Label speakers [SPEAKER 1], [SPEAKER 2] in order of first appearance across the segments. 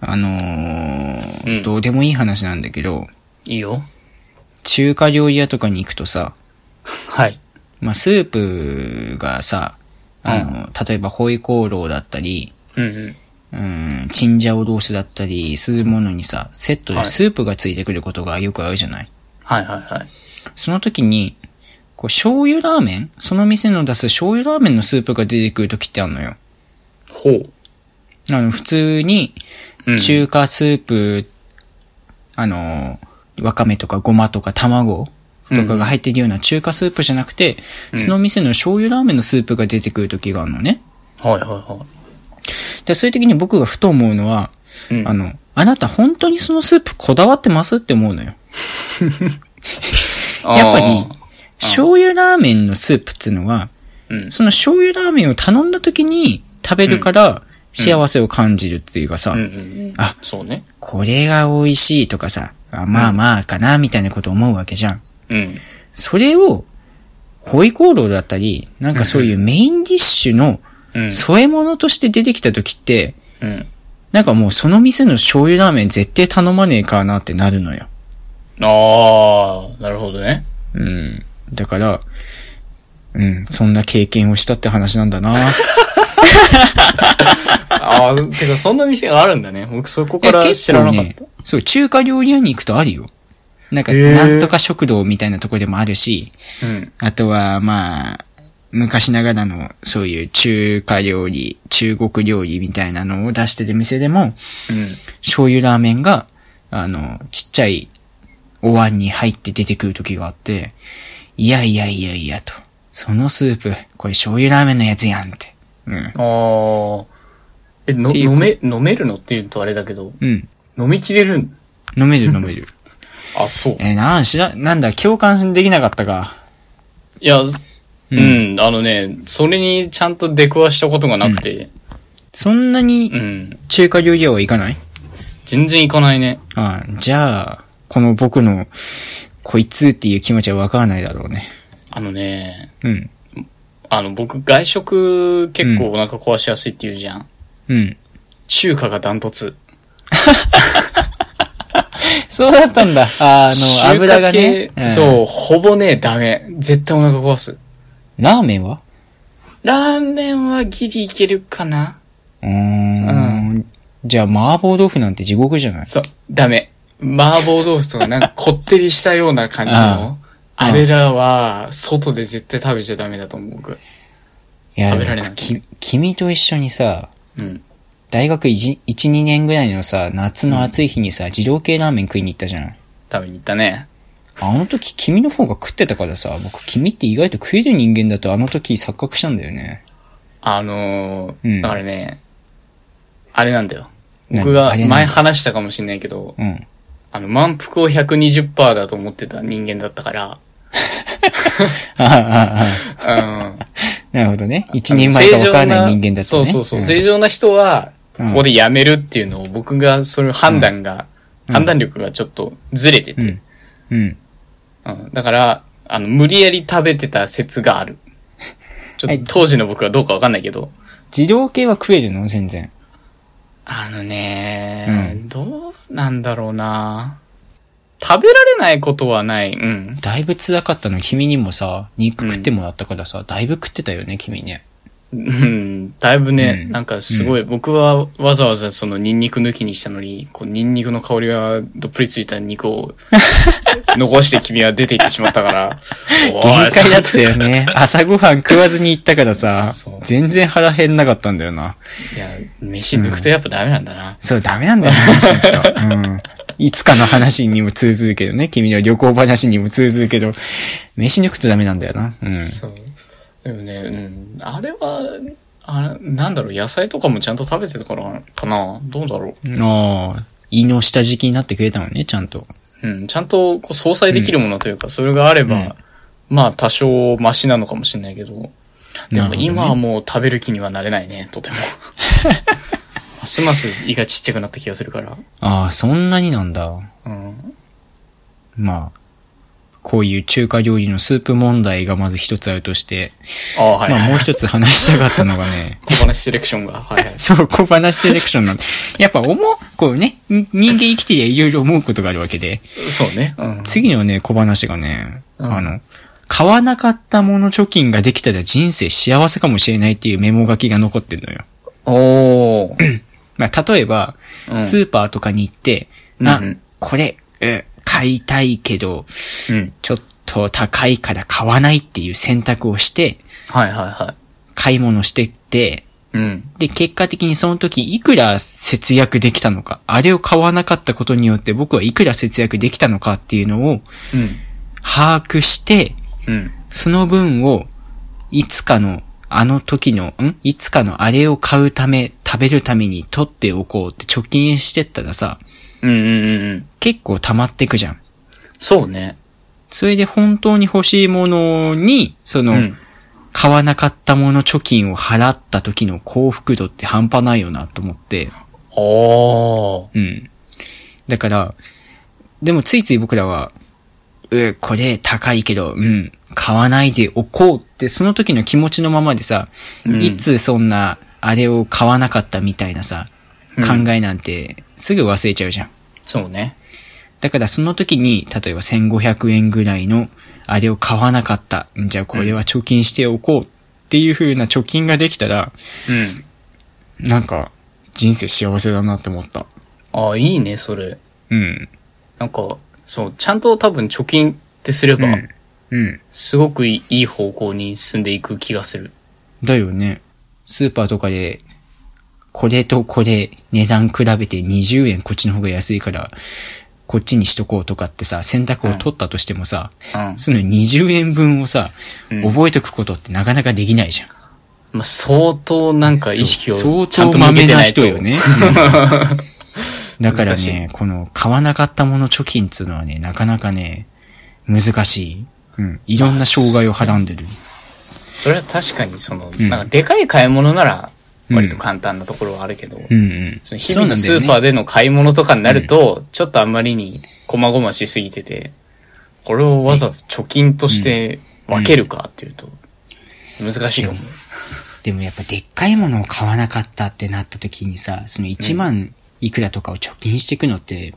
[SPEAKER 1] あのー
[SPEAKER 2] うん
[SPEAKER 1] どうでもいい話なんだけど、
[SPEAKER 2] いいよ。
[SPEAKER 1] 中華料理屋とかに行くとさ、
[SPEAKER 2] はい。
[SPEAKER 1] まあ、スープがさ、あの、例えば、ホイコーローだったり、
[SPEAKER 2] うんうん。
[SPEAKER 1] うん、チンジャオロースだったりするものにさ、セットで
[SPEAKER 2] はい
[SPEAKER 1] スープがついてくることがよくあるじゃない。
[SPEAKER 2] はいはいはい。
[SPEAKER 1] その時に、こう、醤油ラーメンその店の出す醤油ラーメンのスープが出てくる時ってあるのよ。
[SPEAKER 2] ほう。
[SPEAKER 1] あの、普通に、
[SPEAKER 2] うん
[SPEAKER 1] 中華スープ、あの、わかめとかごまとか卵とかが入ってるような中華スープじゃなくて、その店の醤油ラーメンのスープが出てくる時があるのね。
[SPEAKER 2] はいはいは
[SPEAKER 1] で、そういう時に僕がふと思うのは、
[SPEAKER 2] い。うん。
[SPEAKER 1] あの、あなた本当にそのスープこだわってますって思うのよ。やっぱり、醤油ラーメンのスープっていうのは、
[SPEAKER 2] り、うん。
[SPEAKER 1] その醤油ラーメンを頼んだ時に食べるから幸せを感じるっていうかさ、
[SPEAKER 2] うんうん。
[SPEAKER 1] あ、
[SPEAKER 2] そうね。
[SPEAKER 1] これが美味しいとかさ、あまあまあかなみたいなこと思うわけじゃん。
[SPEAKER 2] うん。
[SPEAKER 1] それを、ホイコーローだったり、なんかそういうメインディッシュの
[SPEAKER 2] うん。
[SPEAKER 1] 添え物として出てきた時って、
[SPEAKER 2] うん。
[SPEAKER 1] なんかもうその店の醤油ラーメン絶対頼まねえかなってなるのよ。
[SPEAKER 2] ああ、なるほど ね。
[SPEAKER 1] うん。だから、うん、そんな経験をしたって話なんだ な。
[SPEAKER 2] ああ、てかそんな店があるんだね。僕そこ
[SPEAKER 1] え
[SPEAKER 2] から知
[SPEAKER 1] 結
[SPEAKER 2] ら
[SPEAKER 1] 構
[SPEAKER 2] なかっ
[SPEAKER 1] ね
[SPEAKER 2] た。、
[SPEAKER 1] そう、中華料理屋に行くとあるよ。なんか、
[SPEAKER 2] へえ
[SPEAKER 1] なんとか食堂みたいなとこでもあるし、
[SPEAKER 2] うん。
[SPEAKER 1] あとは、まあ、昔ながらの、そういう中華料理、中国料理みたいなのを出してる店でも、
[SPEAKER 2] うん。
[SPEAKER 1] 醤油ラーメンが、あの、ちっちゃいお椀に入って出てくる時があって、いやいやいやいやと、そのスープ、これ醤油ラーメンのやつやんって。うん。
[SPEAKER 2] ああ。え、の、
[SPEAKER 1] ていう
[SPEAKER 2] 飲め、飲めるのって言うとあれだけど、
[SPEAKER 1] うん。
[SPEAKER 2] 飲みきれるん
[SPEAKER 1] 飲める飲める。
[SPEAKER 2] あ、そう。
[SPEAKER 1] えーなんしら、なんだ、共感できなかったか。
[SPEAKER 2] いや、うん、あのね、それにちゃんと出くわしたことがなくて、
[SPEAKER 1] そんな
[SPEAKER 2] うん、
[SPEAKER 1] に中華料理屋は行かない
[SPEAKER 2] 全然行かないね。
[SPEAKER 1] ああじゃあ、この僕の、こいつっていう気持ちはわからないだろうね。
[SPEAKER 2] あのね、
[SPEAKER 1] うん。
[SPEAKER 2] あの、僕、外食結構お腹壊しやすいって言うじゃん。
[SPEAKER 1] うん。
[SPEAKER 2] 中華がダントツ。
[SPEAKER 1] そうだったんだ。ああ
[SPEAKER 2] 中
[SPEAKER 1] の、
[SPEAKER 2] 華
[SPEAKER 1] 油がね
[SPEAKER 2] 系。
[SPEAKER 1] ん
[SPEAKER 2] そう、ほぼね、ダメ。絶対お腹壊す。
[SPEAKER 1] ラーメンは
[SPEAKER 2] ラーメンはギリいけるかな
[SPEAKER 1] うーん。じゃあ、麻婆豆腐なんて地獄じゃない
[SPEAKER 2] そう、ダメ。麻婆豆腐とかなんかこってりしたような感じ
[SPEAKER 1] あ
[SPEAKER 2] の、あれらは、外で絶対食べちゃダメだと思う、僕。
[SPEAKER 1] いや、
[SPEAKER 2] 食べられない
[SPEAKER 1] 僕き君と一緒にさ、
[SPEAKER 2] うん。
[SPEAKER 1] 大学1、1 2年ぐらいのさ、夏の暑い日にさ、二郎系ラーメン食いに行ったじゃん。
[SPEAKER 2] 食べに行ったね。
[SPEAKER 1] あの時君の方が食ってたからさ、僕君って意外と食える人間だとあの時錯覚したんだよね。
[SPEAKER 2] あの
[SPEAKER 1] う
[SPEAKER 2] ー、
[SPEAKER 1] ん
[SPEAKER 2] だからね、あれなんだよ。
[SPEAKER 1] 何
[SPEAKER 2] 僕
[SPEAKER 1] あ
[SPEAKER 2] が
[SPEAKER 1] れなんだ
[SPEAKER 2] 前話したかもしれないけど、
[SPEAKER 1] うん。
[SPEAKER 2] あの、満腹を120%だと思ってた人間だったから、
[SPEAKER 1] ああ、ああ、
[SPEAKER 2] うん。
[SPEAKER 1] なるほどね。一人前か分からない人間だったね。
[SPEAKER 2] そうそうそう。
[SPEAKER 1] ん
[SPEAKER 2] 正常な人は、こ
[SPEAKER 1] うん
[SPEAKER 2] こでやめるっていうのを僕が、それ判断が、
[SPEAKER 1] うん
[SPEAKER 2] 判断力がちょっとずれてて、
[SPEAKER 1] うんうん。
[SPEAKER 2] うんだから、あの、無理やり食べてた説がある。ちょ
[SPEAKER 1] は
[SPEAKER 2] っ
[SPEAKER 1] い
[SPEAKER 2] と当時の僕はどうかわかんないけど、
[SPEAKER 1] 自動系は食えるの全然。
[SPEAKER 2] あのね、
[SPEAKER 1] うん
[SPEAKER 2] どうなんだろうな食べられないことはない。うん。
[SPEAKER 1] だいぶ辛かったの。君にもさ、肉食ってもらったからさ、だいぶ食ってたよね、君ね。
[SPEAKER 2] うん。だいぶね、
[SPEAKER 1] うん
[SPEAKER 2] なんかすごい、僕はわざわざそのニンニク抜きにしたのに、こう、ニンニクの香りがどっぷりついた肉を残して君は出て行ってしまっ たから、お
[SPEAKER 1] 限
[SPEAKER 2] い
[SPEAKER 1] 界だったよね。 朝ごはん食わずに行ったからさ
[SPEAKER 2] そう、
[SPEAKER 1] 全然腹減んなかったんだよな。
[SPEAKER 2] いや、飯抜くとやっぱダメなんだな。
[SPEAKER 1] そう、ダメなんだよ、話 の人。うん。いつかの話にも通ずるけどね。君の旅行話にも通ずるけど、飯抜くとダメなんだよな。うん。
[SPEAKER 2] そう。でもね、うん。あれは、あなんだろう、野菜とかもちゃんと食べてたからかな。どうだろ
[SPEAKER 1] ああ、胃の下敷きになってくれたのね、ちゃんと。
[SPEAKER 2] う。うん。ちゃんとこう相殺できるものというか、それがあれば、
[SPEAKER 1] うん
[SPEAKER 2] まあ多少マシなのかもしれないけど、で
[SPEAKER 1] なるほ
[SPEAKER 2] も
[SPEAKER 1] どね
[SPEAKER 2] 今はもう食べる気にはなれないね、と ても。ますます胃がちっちゃくなった気がするから。
[SPEAKER 1] ああ、そんなになんだ。
[SPEAKER 2] うん。
[SPEAKER 1] まあ、こういう中華料理のスープ問題がまず一つあるとして、
[SPEAKER 2] ああ、はい。
[SPEAKER 1] まあもう一つ話したかったのが ね、
[SPEAKER 2] 小話セレクションが。はい はい。
[SPEAKER 1] そう、小話セレクションなんで。やっぱ思う、こうね、に人間生きてりゃいろいろ思うことがあるわけで。
[SPEAKER 2] そうね。うん。
[SPEAKER 1] 次のね、小話がね、
[SPEAKER 2] うん
[SPEAKER 1] あの、買わなかったもの貯金ができたら人生幸せかもしれないっていうメモ書きが残ってんのよ。
[SPEAKER 2] おー。
[SPEAKER 1] まあ、例えば、
[SPEAKER 2] うん
[SPEAKER 1] スーパーとかに行って、
[SPEAKER 2] うん
[SPEAKER 1] あ
[SPEAKER 2] うん、
[SPEAKER 1] これ、え買いたいけど、
[SPEAKER 2] うん。
[SPEAKER 1] ちょっと高いから買わないっていう選択をして、
[SPEAKER 2] はいはいは
[SPEAKER 1] 買い物してって、
[SPEAKER 2] い。うん。
[SPEAKER 1] で、結果的にその時いくら節約できたのか、あれを買わなかったことによって僕はいくら節約できたのかっていうのを
[SPEAKER 2] うん。
[SPEAKER 1] 把握して、
[SPEAKER 2] うん。
[SPEAKER 1] その分をいつかのあの時の、んいつかのあれを買うため、食べるために取っておこうって貯金してったらさ、
[SPEAKER 2] うんうんうんうん。
[SPEAKER 1] 結構溜まってくじゃん。
[SPEAKER 2] そうね。
[SPEAKER 1] それで本当に欲しいものに、そうの、
[SPEAKER 2] ん。
[SPEAKER 1] 買わなかったもの貯金を払った時の幸福度って半端ないよなと思って。
[SPEAKER 2] おー。
[SPEAKER 1] うん。だから、でもついつい僕らは、うこれ高いけど、うん、買わないでおこうって、その時の気持ちのままでさ、
[SPEAKER 2] うん
[SPEAKER 1] いつそんな、あれを買わなかったみたいなさ、
[SPEAKER 2] うん
[SPEAKER 1] 考えなんて、すぐ忘れちゃうじゃん。
[SPEAKER 2] そうね。
[SPEAKER 1] だからその時に、例えば1500円ぐらいの、あれを買わなかった。んじゃあこれは貯金しておこうっていう風な貯金ができたら、
[SPEAKER 2] うん。
[SPEAKER 1] なんか、人生幸せだなって思った。
[SPEAKER 2] ああ、いいね、それ。
[SPEAKER 1] うん。
[SPEAKER 2] なんか、そう、ちゃんと多分貯金ってすれば、
[SPEAKER 1] うんうん。
[SPEAKER 2] すごくいいいい方向に進んでいく気がする。
[SPEAKER 1] だよね。スーパーとかで、これとこれ値段比べて20円こっちの方が安いから、こっちにしとこうとかってさ、選択を取ったとしてもさ、
[SPEAKER 2] うん。
[SPEAKER 1] その20円分をさ、
[SPEAKER 2] うん
[SPEAKER 1] 覚えとくことってなかなかできないじゃん。
[SPEAKER 2] まあ、相当なんか意識
[SPEAKER 1] そ
[SPEAKER 2] を
[SPEAKER 1] う
[SPEAKER 2] ちゃん
[SPEAKER 1] 相当
[SPEAKER 2] と向
[SPEAKER 1] ま
[SPEAKER 2] け
[SPEAKER 1] め
[SPEAKER 2] て
[SPEAKER 1] な
[SPEAKER 2] ないと。
[SPEAKER 1] 人よね。 うんだから
[SPEAKER 2] 難し
[SPEAKER 1] ね、この買わなかったもの貯金っていうのはね、なかなかね、難しい。うん。いろんな障害をはらんでる。
[SPEAKER 2] それは確かに、その、
[SPEAKER 1] ん
[SPEAKER 2] なんかでかい買い物なら、
[SPEAKER 1] うん
[SPEAKER 2] 割と簡単なところはあるけど、
[SPEAKER 1] うんうん。
[SPEAKER 2] その日々のス
[SPEAKER 1] そうなんだ
[SPEAKER 2] ーパ
[SPEAKER 1] よ
[SPEAKER 2] ー
[SPEAKER 1] ね。
[SPEAKER 2] での買い物とかになると、ちょっとあんまりに細々しすぎてて、これをわざわざ貯金として分けるかっていうと、難しいかも。
[SPEAKER 1] でもやっぱでっかいものを買わなかったってなった時にさ、その1万いくらとかを貯金していくのって、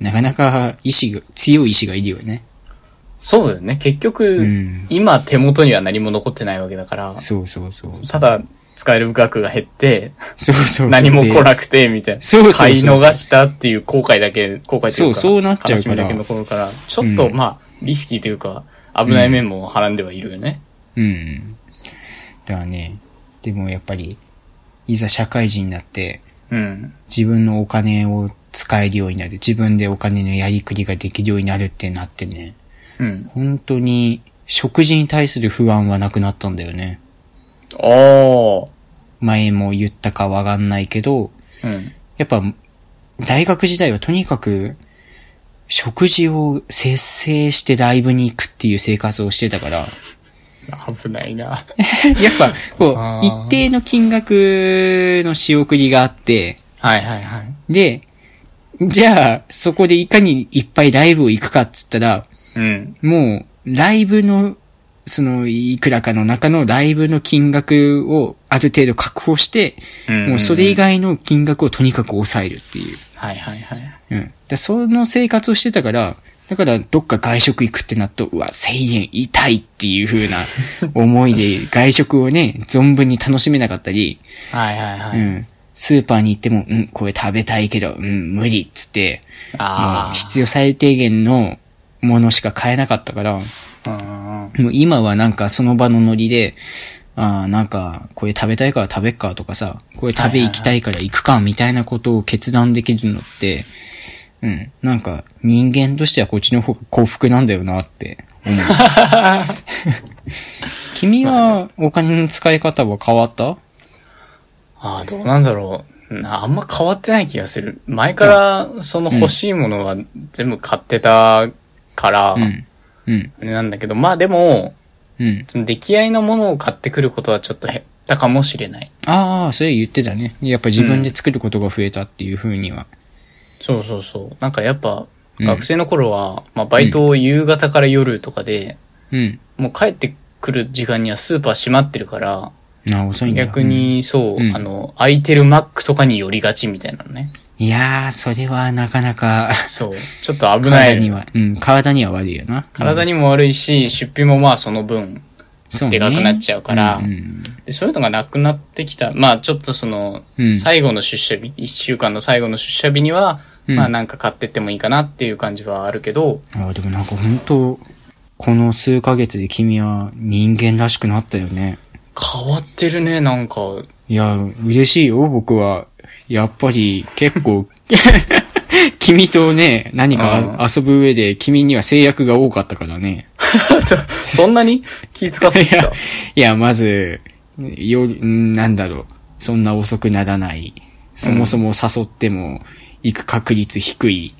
[SPEAKER 1] なかなか意志が、強い意志がいるよね。
[SPEAKER 2] そうだよね。結局、
[SPEAKER 1] ん
[SPEAKER 2] 今手元には何も残ってないわけだから、
[SPEAKER 1] そうそうそう。
[SPEAKER 2] ただ使える額が減って、
[SPEAKER 1] そうそうそう。
[SPEAKER 2] 何も
[SPEAKER 1] で
[SPEAKER 2] 来なくて、みたいな。
[SPEAKER 1] そうそうそうそう
[SPEAKER 2] 買い逃したっていう後悔だけ、後悔というか、
[SPEAKER 1] そうそうなっちゃうから
[SPEAKER 2] 悲しみだけ残るから、ちょっと、
[SPEAKER 1] うん
[SPEAKER 2] まあ、リスキーというか、危ない面もはらんではいるよね。
[SPEAKER 1] うん。だからね、でもやっぱり、いざ社会人になって、
[SPEAKER 2] うん。
[SPEAKER 1] 自分のお金を使えるようになる、自分でお金のやりくりができるようになるってなってね、
[SPEAKER 2] うん。
[SPEAKER 1] 本当に食事に対する不安はなくなったんだよね。
[SPEAKER 2] おー。
[SPEAKER 1] 前も言ったかわかんないけど、
[SPEAKER 2] うん。
[SPEAKER 1] やっぱ、大学時代はとにかく、食事を節制してライブに行くっていう生活をしてた から、
[SPEAKER 2] 危ないな。
[SPEAKER 1] やっぱ、こ
[SPEAKER 2] あ
[SPEAKER 1] う、
[SPEAKER 2] ー
[SPEAKER 1] 一定の金額の仕送りがあって、
[SPEAKER 2] はいはいはい。
[SPEAKER 1] で、じゃあ、そこでいかにいっぱいライブを行くかっつったら、
[SPEAKER 2] うん。
[SPEAKER 1] もう、ライブの、その、いくらかの中のライブの金額をある程度確保して、
[SPEAKER 2] うん
[SPEAKER 1] もうそれ以外の金額をとにかく抑えるっていう。
[SPEAKER 2] はいはいはい。
[SPEAKER 1] うん。で、その生活をしてたから、だからどっか外食行くってなると、うわ、1000円痛いっていう風 な思いで外食をね、存分に楽しめなかったり、
[SPEAKER 2] はいはいは
[SPEAKER 1] う
[SPEAKER 2] い。
[SPEAKER 1] ん。スーパーに行っても、うん、これ食べたいけど、うん、無理っつって、も
[SPEAKER 2] あ
[SPEAKER 1] う必要最低限のものしか買えなかったから、も
[SPEAKER 2] あ。うん。
[SPEAKER 1] う今はなんかその場のノリで、ああ、なんか、これ食べたいから食べっかとかさ、これ食べ行きたいから行くかみたいなことを決断できるのって、うん、なんか人間としてはこっちの方が幸福なんだよなって思う。 君はお金の使い方は変わった
[SPEAKER 2] ああ、どうなんだろう。うんあんま変わってない気がする。前から、その欲しいものは全部買ってたから、
[SPEAKER 1] うん。うん。
[SPEAKER 2] なんだけど、まあでも、
[SPEAKER 1] うん。
[SPEAKER 2] その出来合いのものを買ってくることはちょっと減ったかもしれない。
[SPEAKER 1] ああ、それ言ってたね。やっぱ自分で作ることが増えたっていう風には。
[SPEAKER 2] そうそうそう。なんかやっぱ、
[SPEAKER 1] うん
[SPEAKER 2] 学生の頃は、まあ、バイトを夕方から夜とかで、
[SPEAKER 1] うん。
[SPEAKER 2] もう帰ってくる時間にはスーパー閉まってるから、
[SPEAKER 1] あ、遅いんだ。
[SPEAKER 2] 逆に
[SPEAKER 1] う
[SPEAKER 2] そう、
[SPEAKER 1] ん
[SPEAKER 2] あの、空いてるマックとかに寄りがちみたいなのね。
[SPEAKER 1] うん。いやー、それはなかなか、
[SPEAKER 2] そう。ちょっと危な
[SPEAKER 1] 体
[SPEAKER 2] い。
[SPEAKER 1] には、うん、体には悪いよな。
[SPEAKER 2] 体にも悪いし、出費もまあその分、
[SPEAKER 1] そうね
[SPEAKER 2] でかくなっちゃうから
[SPEAKER 1] うんうん
[SPEAKER 2] でそういうのがなくなってきた。まあちょっとその、
[SPEAKER 1] うん
[SPEAKER 2] 最後の出社日、一週間の最後の出社日には、
[SPEAKER 1] うん
[SPEAKER 2] まあなんか買ってってもいいかなっていう感じはあるけど、
[SPEAKER 1] あでもなんか本当この数ヶ月で君は人間らしくなったよね。
[SPEAKER 2] 変わってるね、な んか。
[SPEAKER 1] いや、嬉しいよ、僕は。やっぱり、結 構、君とね、何かあ遊ぶ上で、君には制約が多かったからね。
[SPEAKER 2] そそんなに気使って
[SPEAKER 1] い
[SPEAKER 2] きた
[SPEAKER 1] や。、いや、まず、より、んなんだろう。そんな遅くならない。そもそも誘っても、行く確率低い。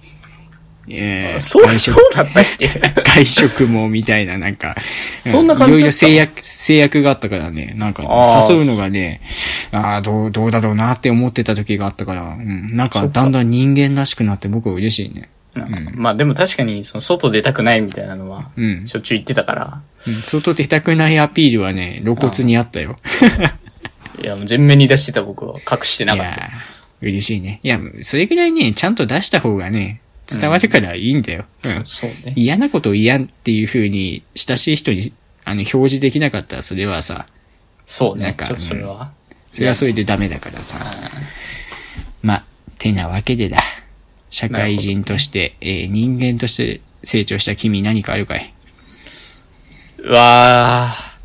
[SPEAKER 1] えー
[SPEAKER 2] そう、
[SPEAKER 1] 外食
[SPEAKER 2] そうだったっけ
[SPEAKER 1] 外食もみたいな、なんか。
[SPEAKER 2] そんな感じだった
[SPEAKER 1] いろいろ制約、制約があったからね、なんか
[SPEAKER 2] あー
[SPEAKER 1] 誘うのがね、ああ、どう、どうだろうなって思ってた時があったから、うん。なんかだんだん人間らしくなって僕は嬉しいね。
[SPEAKER 2] うんまあでも確かに、その外出たくないみたいなのは、
[SPEAKER 1] うん。
[SPEAKER 2] しょっちゅう言ってたから、
[SPEAKER 1] うん外出たくないアピールはね、露骨にあったよ。
[SPEAKER 2] いや、もう全面に出してた僕は隠してないかっ
[SPEAKER 1] やー嬉しいね。いや、それぐらいね、ちゃんと出した方がね、伝わるからいいんだよ。うん。
[SPEAKER 2] た。そうね。
[SPEAKER 1] 嫌なことを嫌っていう風に、親しい人に、あの、表示できなかったら、それはさ、
[SPEAKER 2] そう
[SPEAKER 1] なん
[SPEAKER 2] ね。ち
[SPEAKER 1] か
[SPEAKER 2] ょっとそれは。
[SPEAKER 1] それはそれでダメだからさ。まあ、てなわけでだ。社会人として、えー人間として成長した君何かあるかいう
[SPEAKER 2] わあ。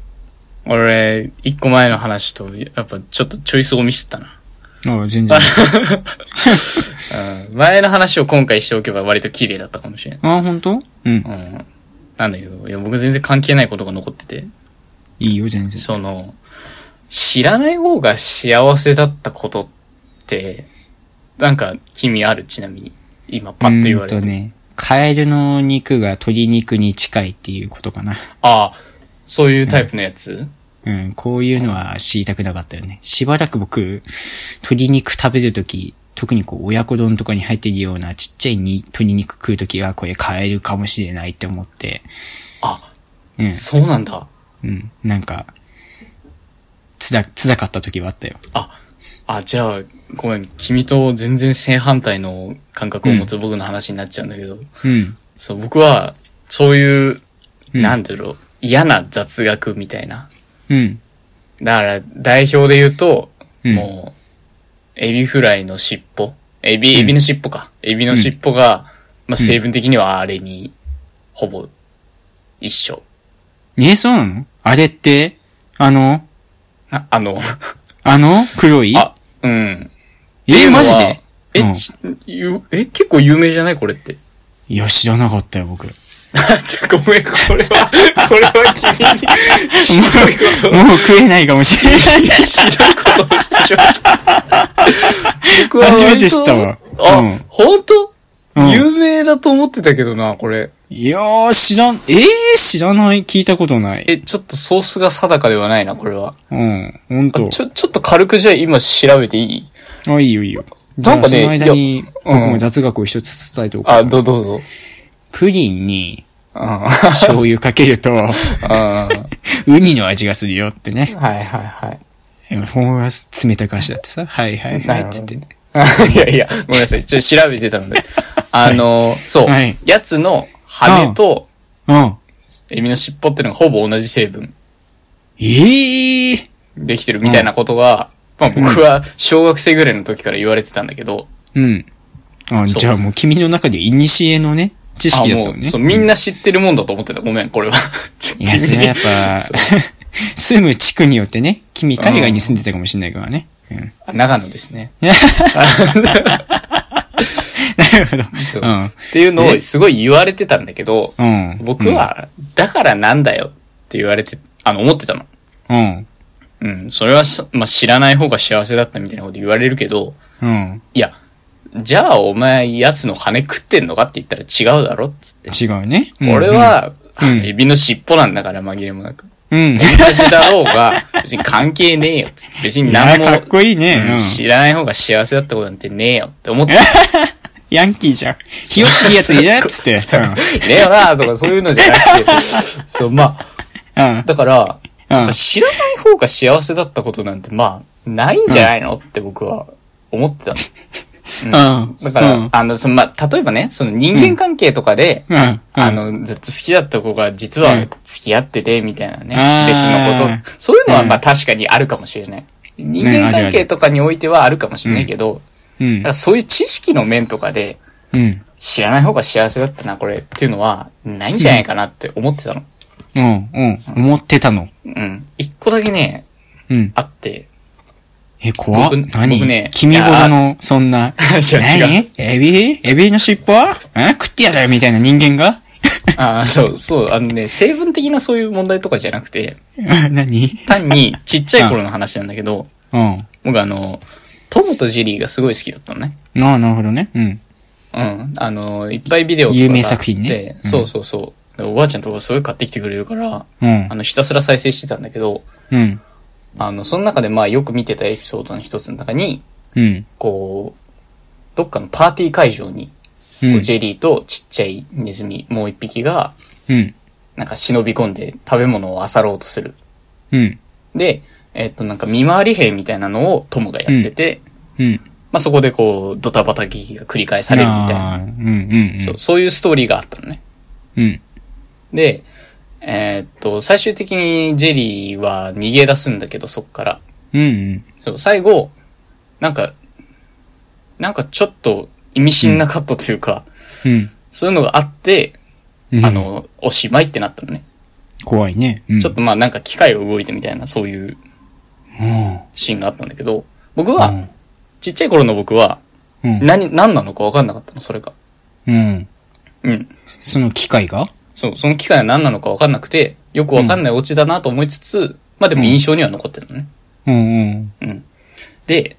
[SPEAKER 2] 俺、一個前の話と、やっぱちょっとチョイスをミスったな。
[SPEAKER 1] ああ、全然。
[SPEAKER 2] うん。前の話を今回しておけば割と綺麗だったかもしれない。
[SPEAKER 1] ああ、本当うん
[SPEAKER 2] う。ん。なんだけど、いや、僕全然関係ないことが残ってて、
[SPEAKER 1] いいよ、全然。
[SPEAKER 2] その、知らない方が幸せだったことって、なんか、君あるちなみに。今、パッと言われ
[SPEAKER 1] う
[SPEAKER 2] て。
[SPEAKER 1] ーんとね、カエルの肉が鶏肉に近いっていうことかな。
[SPEAKER 2] ああ、そういうタイプのやつ、
[SPEAKER 1] うん、こういうのは知りたくなかったよね。しばらく僕、鶏肉食べるとき、特にこう親子丼とかに入ってるようなちっちゃいに鶏肉食うときはこれ買えるかもしれないって思って、
[SPEAKER 2] あ、
[SPEAKER 1] うん、
[SPEAKER 2] そうなんだ。
[SPEAKER 1] うん、なんか、つら、つらかったときはあったよ。
[SPEAKER 2] あ、あ、じゃあ、ごめん、君と全然正反対の感覚を持つ僕の話になっちゃうんだけど、
[SPEAKER 1] うん、
[SPEAKER 2] そう、僕は、そういう、
[SPEAKER 1] うん
[SPEAKER 2] なんだろう、嫌な雑学みたいな。
[SPEAKER 1] うん、
[SPEAKER 2] だから、代表で言うと、
[SPEAKER 1] うん
[SPEAKER 2] もう、エビフライの尻尾。エビ、
[SPEAKER 1] うん
[SPEAKER 2] エビの尻尾か。エビの尻尾が、まあ、成分的にはあれに、ほぼ、一緒。
[SPEAKER 1] ねえ、そうなのあれって、あの、
[SPEAKER 2] ああの、
[SPEAKER 1] あの、黒い
[SPEAKER 2] あ、うん。
[SPEAKER 1] え
[SPEAKER 2] っていうのは
[SPEAKER 1] マジで
[SPEAKER 2] え、
[SPEAKER 1] うん
[SPEAKER 2] ちゆえ、結構有名じゃないこれって。
[SPEAKER 1] いや、知らなかったよ、僕。も
[SPEAKER 2] ちょ、ごめん、これは、これは君に、ひどいこ
[SPEAKER 1] う食えないかもしれない。
[SPEAKER 2] と、ひどいことをしてしまった。僕は割
[SPEAKER 1] 初
[SPEAKER 2] と
[SPEAKER 1] めて知ったわ
[SPEAKER 2] あ、
[SPEAKER 1] うん
[SPEAKER 2] 本当、
[SPEAKER 1] うん
[SPEAKER 2] 有名だと思ってたけどな、これ。
[SPEAKER 1] いやー、知らん、えー、知らない、聞いたことない。
[SPEAKER 2] え、ちょっとソースが定かではないな、これは。
[SPEAKER 1] うん、ほん
[SPEAKER 2] あ
[SPEAKER 1] と。
[SPEAKER 2] ちょ、ちょっと軽くじゃあ今調べていい
[SPEAKER 1] あ、いいよいいよ。
[SPEAKER 2] なんかね
[SPEAKER 1] じゃあその間に、
[SPEAKER 2] いや
[SPEAKER 1] 僕も雑学を一つ伝えておこう。
[SPEAKER 2] あ、どうどうぞ。
[SPEAKER 1] プリンに
[SPEAKER 2] あ
[SPEAKER 1] 醤油かける と、
[SPEAKER 2] あ
[SPEAKER 1] ウニの味がするよってね。
[SPEAKER 2] はいはいはい。
[SPEAKER 1] ほんは冷たく足だってさ、はいはいは
[SPEAKER 2] ない
[SPEAKER 1] っ
[SPEAKER 2] るほど
[SPEAKER 1] つってね。
[SPEAKER 2] いやいや、ごめんなさい。ちょっと調べてたので。あの、そう
[SPEAKER 1] はい。
[SPEAKER 2] やつの羽と
[SPEAKER 1] うん。
[SPEAKER 2] エビの尻尾っていうのがほぼ同じ成分
[SPEAKER 1] ええー、
[SPEAKER 2] できてるみたいなことが、まあ僕は小学生ぐらいの時から言われてたんだけど、
[SPEAKER 1] うん。あ、
[SPEAKER 2] そう
[SPEAKER 1] じゃあもう君の中でイニシエのね、知識だった
[SPEAKER 2] も
[SPEAKER 1] のね。
[SPEAKER 2] そう、みんな知ってるもんだと思ってた。ごめん、これは。
[SPEAKER 1] い や、それはやっぱ、 住む地区によってね、君海外に住んでたかもしれないからね。うん。
[SPEAKER 2] あ長野で すね。
[SPEAKER 1] なるほど。
[SPEAKER 2] そう
[SPEAKER 1] う
[SPEAKER 2] っ
[SPEAKER 1] ん
[SPEAKER 2] ていうのを
[SPEAKER 1] です
[SPEAKER 2] ごい言われてたんだけど、
[SPEAKER 1] うん。
[SPEAKER 2] 僕は、だからなんだよって言われて、あの、思ってたの。
[SPEAKER 1] うん、うん。
[SPEAKER 2] うん、それはし、まあ、知らない方が幸せだったみたいなこと言われるけど、
[SPEAKER 1] うん。
[SPEAKER 2] いや、じゃあお前、やつの羽食ってんのかって言ったら違うだろっつって。
[SPEAKER 1] 違うね。うん
[SPEAKER 2] 俺、は、
[SPEAKER 1] うん
[SPEAKER 2] エビの尻尾なんだから紛れもなく。
[SPEAKER 1] うん。
[SPEAKER 2] 同じだろう が、別に関係ねえよっつって。別に
[SPEAKER 1] いや
[SPEAKER 2] 何
[SPEAKER 1] ー
[SPEAKER 2] も、
[SPEAKER 1] かっこいいね。
[SPEAKER 2] うん
[SPEAKER 1] うん。
[SPEAKER 2] 知らない方が幸せだったことなんてねえよって思ってた。
[SPEAKER 1] いヤンキーじゃん。ひよっていいやついるっつって。
[SPEAKER 2] い ねえよなとかそういうのじゃ なくて。そう、ま
[SPEAKER 1] うん。うん
[SPEAKER 2] あ、。だから、
[SPEAKER 1] うん。
[SPEAKER 2] 知らない方が幸せだったことなんて、まあ、ないんじゃないのって僕は思ってたの。
[SPEAKER 1] うん。
[SPEAKER 2] だから、
[SPEAKER 1] うん。
[SPEAKER 2] あの、その、まあ、例えばね、その人間関係とかで、
[SPEAKER 1] うん。
[SPEAKER 2] あ、の、ずっと好きだった子が実
[SPEAKER 1] う
[SPEAKER 2] は
[SPEAKER 1] ん
[SPEAKER 2] 付き合ってて、みたいなね、
[SPEAKER 1] あー
[SPEAKER 2] 別のこと。そういうのは
[SPEAKER 1] うん
[SPEAKER 2] まあ確かにあるかもしれない。人間関係とかにおいてはあるかもしれないけど、
[SPEAKER 1] う
[SPEAKER 2] だ
[SPEAKER 1] ん
[SPEAKER 2] から。そういう知識の面とかで、
[SPEAKER 1] うん。
[SPEAKER 2] 知らない方が幸せだったな、これっていうのは、ないんじゃないかなって思ってたの。
[SPEAKER 1] うん。うん。思ってたの。
[SPEAKER 2] うん。一個だけね、
[SPEAKER 1] うん。
[SPEAKER 2] あって。
[SPEAKER 1] え、怖っ
[SPEAKER 2] 僕
[SPEAKER 1] 何
[SPEAKER 2] 僕ね
[SPEAKER 1] 君ほどの、そんな。
[SPEAKER 2] いや違う
[SPEAKER 1] 何エビエビの尻尾え食ってやるみたいな人間が
[SPEAKER 2] ああ、 そう、そう、あのね、成分的なそういう問題とかじゃなくて、
[SPEAKER 1] 何
[SPEAKER 2] 単にちっちゃい頃の話なんだけど、
[SPEAKER 1] うん。
[SPEAKER 2] 僕あの、トムとジェリーがすごい好きだったのね。
[SPEAKER 1] ああ、なるほどね。うん。
[SPEAKER 2] うん。あの、いっぱいビデオとかがあっ
[SPEAKER 1] 有
[SPEAKER 2] て
[SPEAKER 1] 名作品ねうん
[SPEAKER 2] そうそうそう。でおばあちゃんとかすごい買ってきてくれるから、
[SPEAKER 1] うん
[SPEAKER 2] あ。の、ひたすら再生してたんだけど、
[SPEAKER 1] うん。
[SPEAKER 2] あの、その中でまあよく見てたエピソードの一つの中に、
[SPEAKER 1] うん。
[SPEAKER 2] こう、どっかのパーティー会場に、
[SPEAKER 1] う。
[SPEAKER 2] こうんジェリーとちっちゃいネズミ、もう一匹が、
[SPEAKER 1] うん。
[SPEAKER 2] なんか忍び込んで食べ物を漁ろうとする。
[SPEAKER 1] うん。
[SPEAKER 2] で、えっと、なんか見回り兵みたいなのをトムがやってて、
[SPEAKER 1] うん。
[SPEAKER 2] まあそこでこう、ドタバタ劇が繰り返されるみたい
[SPEAKER 1] あ
[SPEAKER 2] な、
[SPEAKER 1] ーうんうんうん。
[SPEAKER 2] そう、そういうストーリーがあったのね。
[SPEAKER 1] うん。
[SPEAKER 2] で、えーっと、最終的にジェリーは逃げ出すんだけど、そっから。
[SPEAKER 1] うんうん。
[SPEAKER 2] そう、最後、なんか、なんかちょっと意味深なカットというか、
[SPEAKER 1] うん。
[SPEAKER 2] そういうのがあって、
[SPEAKER 1] うん
[SPEAKER 2] あ、の、おしまいってなったのね。
[SPEAKER 1] 怖いね。うん
[SPEAKER 2] ちょっとまあなんか機械が動いてみたいな、そういう
[SPEAKER 1] うん。
[SPEAKER 2] シーンがあったんだけど、僕
[SPEAKER 1] う
[SPEAKER 2] は、
[SPEAKER 1] ん
[SPEAKER 2] ちっちゃい頃の僕は、
[SPEAKER 1] うん。
[SPEAKER 2] 何、何なのか分かんなかったの、それが。
[SPEAKER 1] うん。
[SPEAKER 2] うん。
[SPEAKER 1] その機械が
[SPEAKER 2] そう、その機械は何なのか分かんなくて、よく分かんないオチだなと思いつつ、まあでも印象には残ってるのね。
[SPEAKER 1] うんうん。
[SPEAKER 2] うん。で、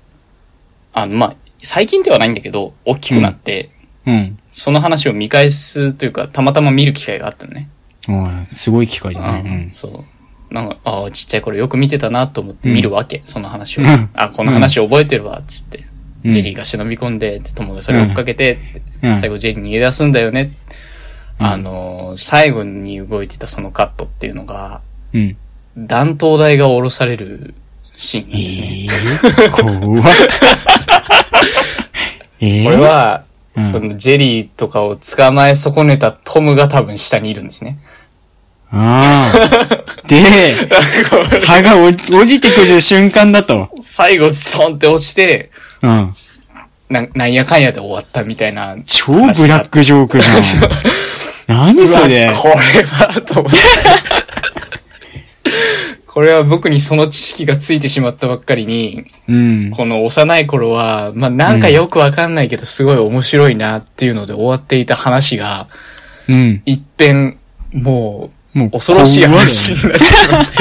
[SPEAKER 2] あの、まあ、最近ではないんだけど、大きくなって、
[SPEAKER 1] うん。
[SPEAKER 2] その話を見返すというか、たまたま見る機会があったのね。
[SPEAKER 1] おいすごい機械だね。
[SPEAKER 2] そう。なんか、ああ、ちっちゃい頃よく見てたなと思って見るわけ、その話を
[SPEAKER 1] うん。
[SPEAKER 2] あ、この話覚えてるわ、つって。
[SPEAKER 1] うん
[SPEAKER 2] ジェリーが忍び込んで、って友がそれを追っかけて、って
[SPEAKER 1] うん
[SPEAKER 2] 最後ジェリー逃げ出すんだよね。
[SPEAKER 1] うん
[SPEAKER 2] あのー、最後に動いてたそのカットっていうのが、
[SPEAKER 1] うん。うん。
[SPEAKER 2] 弾頭台が下ろされるシーンなん
[SPEAKER 1] え
[SPEAKER 2] ですね。
[SPEAKER 1] えー、怖っ。ええ
[SPEAKER 2] これは、
[SPEAKER 1] うん
[SPEAKER 2] そのジェリーとかを捕まえ損ねたトムが多分下にいるんですね。
[SPEAKER 1] ああ。 で、歯がお落ちてくる瞬間だと。
[SPEAKER 2] 最後、ソンって落ちて、
[SPEAKER 1] うん。
[SPEAKER 2] なんなんやかんやで終わったみたいな。
[SPEAKER 1] 超ブラックジョークじゃん。何それ
[SPEAKER 2] うわこれは、と思って。これは僕にその知識がついてしまったばっかりに、
[SPEAKER 1] うん。
[SPEAKER 2] この幼い頃は、まあなんかよくわかんないけど、すごい面白いなっていうので終わっていた話が、
[SPEAKER 1] うん。
[SPEAKER 2] 一変、も
[SPEAKER 1] もう
[SPEAKER 2] う、恐ろしい話になってしまって。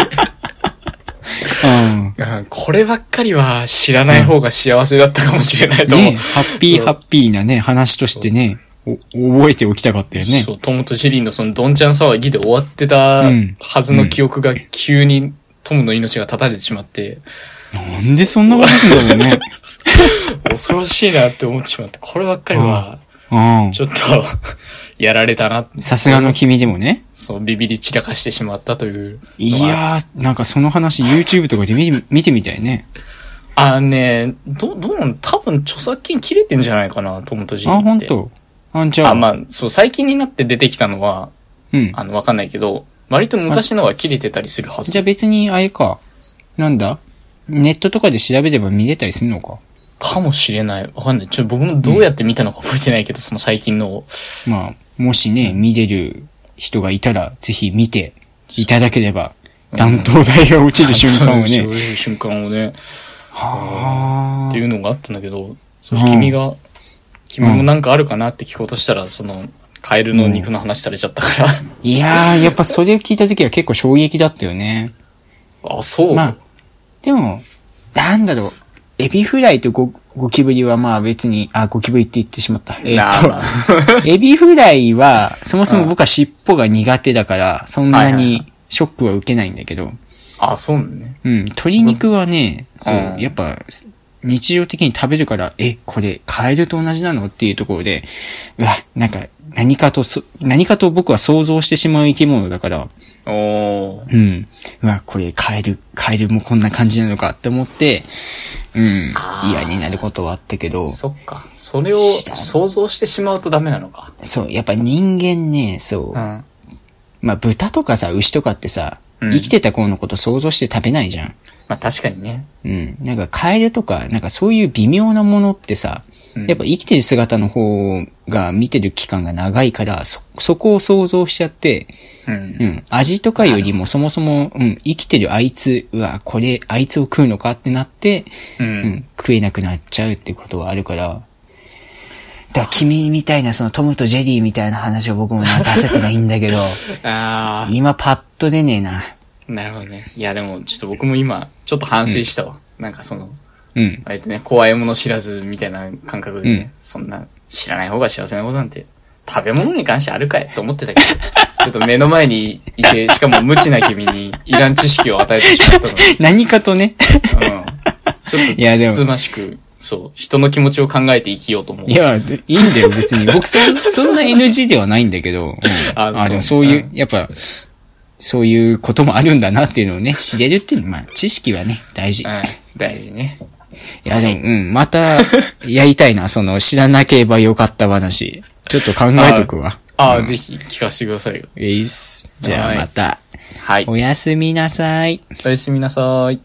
[SPEAKER 1] うん。
[SPEAKER 2] うんこればっかりは知らない方が幸せだったかもしれないと思う。
[SPEAKER 1] ねハッピーハッピーなね、話としてね、お覚えておきたかったよね
[SPEAKER 2] そ。う、トムとジェリーのそのどんちゃん騒ぎで終わってた
[SPEAKER 1] うん
[SPEAKER 2] はずの記憶が急にトムの命が絶たれてしまって、
[SPEAKER 1] なんでそんなことすんだろうね。
[SPEAKER 2] 恐ろしいなって思ってしまって、こればっかりは、 ち
[SPEAKER 1] う
[SPEAKER 2] ょっと、 やられたな。
[SPEAKER 1] ん。さすがの君でもね。
[SPEAKER 2] そう、ビビり散らかしてしまったという。
[SPEAKER 1] い。やー、なんかその話 YouTube とかで見て見てみたいね。
[SPEAKER 2] あのね、ど、どうなん多分著作権切れてんじゃないかな、トムとジェリー
[SPEAKER 1] あ、
[SPEAKER 2] って。
[SPEAKER 1] ほんと。あ、じゃあ。
[SPEAKER 2] あ、まあ、そう、最近になって出てきたのは、
[SPEAKER 1] うん。
[SPEAKER 2] あの、わかんないけど、割と昔のは切れてたりするはず。
[SPEAKER 1] じゃあ別にあれか。なんだネットとかで調べれば見れたりするのか。
[SPEAKER 2] かもしれない。わかんない。ちょ、僕もどうやって見たのか覚えてないけど、その最近のを。
[SPEAKER 1] まあ、もしね、見れる人がいたら、ぜひ見ていただければ、担当台が落ちる瞬間を
[SPEAKER 2] そう
[SPEAKER 1] ね。
[SPEAKER 2] いう瞬間をね、
[SPEAKER 1] は
[SPEAKER 2] って
[SPEAKER 1] ー
[SPEAKER 2] いうのがあったんだけど、そう
[SPEAKER 1] うん
[SPEAKER 2] 君が、君もなんかあるかなって聞こうとしたら、その、カエルの肉の話されちゃったから。
[SPEAKER 1] いやー、やっぱそれを聞いた時は結構衝撃だったよね。
[SPEAKER 2] あ、そう。
[SPEAKER 1] まあ、でも、なんだろう。エビフライとゴゴキブリはまあ別に、あ、ゴキブリって言ってしまった。え
[SPEAKER 2] な
[SPEAKER 1] ー
[SPEAKER 2] あ
[SPEAKER 1] っと、 エビフライは、そもそも僕は尻尾が苦手だから、そんなにショックは受けないんだけど、
[SPEAKER 2] あ、そうね。
[SPEAKER 1] うん、鶏肉はね、そう
[SPEAKER 2] う、ん
[SPEAKER 1] やっぱ、日常的に食べるから、え、これ、カエルと同じなのっていうところで、うわ、なんか、何かとそ、何かと僕は想像してしまう生き物だから、
[SPEAKER 2] おー。
[SPEAKER 1] うん。うわ、これ、カエル、カエルもこんな感じなのかって思って、うん、嫌になることはあったけど、
[SPEAKER 2] そっか。それを
[SPEAKER 1] 知らん
[SPEAKER 2] 想像してしまうとダメなのか。
[SPEAKER 1] そう、やっぱ人間ね、そう
[SPEAKER 2] う、ん。
[SPEAKER 1] まあ、豚とかさ、牛とかってさ、
[SPEAKER 2] うん
[SPEAKER 1] 生きてた頃のこと想像して食べないじゃん。
[SPEAKER 2] まあ確かにね。
[SPEAKER 1] うん。なんかカエルとか、なんかそういう微妙なものってさ、
[SPEAKER 2] うん
[SPEAKER 1] やっぱ生きてる姿の方が見てる期間が長いから、そ、そこを想像しちゃって、
[SPEAKER 2] うん。
[SPEAKER 1] うん。味とかよりもそもそも、うん、生きてるあいつ、うわ、これ、あいつを食うのかってなって、
[SPEAKER 2] う。
[SPEAKER 1] うんん、食えなくなっちゃうってことはあるから、だから君みたいなそのトムとジェリーみたいな話を僕もまあ出せてないんだけど、
[SPEAKER 2] あ
[SPEAKER 1] 今パッと出ねえな。
[SPEAKER 2] ー。なるほどね。いやでも、ちょっと僕も今、ちょっと反省したわ。なんかその、
[SPEAKER 1] うん。
[SPEAKER 2] あえてね、怖いもの知らずみたいな感覚でね、そんな、知らない方が幸せなことなんて、食べ物に関してあるかいと思って たけど、ちょっと目の前にいて、しかも無知な君にいらん知識を与えてしまったので
[SPEAKER 1] 何かとね、
[SPEAKER 2] うんちょっと、
[SPEAKER 1] いやでも
[SPEAKER 2] つつましく、そう、人の気持ちを考えて生きようと思 う。
[SPEAKER 1] いや、でいいんだよ、別 に。僕そん、そんな NG ではないんだけど、うん
[SPEAKER 2] あ
[SPEAKER 1] あ、でも
[SPEAKER 2] そ
[SPEAKER 1] そうう
[SPEAKER 2] ね
[SPEAKER 1] いう、やっぱ、そういうこともあるんだなっていうのをね、知れるっていうのは、まあ、知識はね、大事。
[SPEAKER 2] う
[SPEAKER 1] い
[SPEAKER 2] ん、大事ね。
[SPEAKER 1] や、でも、うん、また、やりたいな、そ の、知らなければよかった話。ちょっと考えとくわ。
[SPEAKER 2] ああ、ぜひ聞かせてくださいよ。
[SPEAKER 1] えいっす。じゃ
[SPEAKER 2] は
[SPEAKER 1] あ
[SPEAKER 2] い
[SPEAKER 1] また、
[SPEAKER 2] はい。
[SPEAKER 1] おやすみなさい。
[SPEAKER 2] おやすみなさい。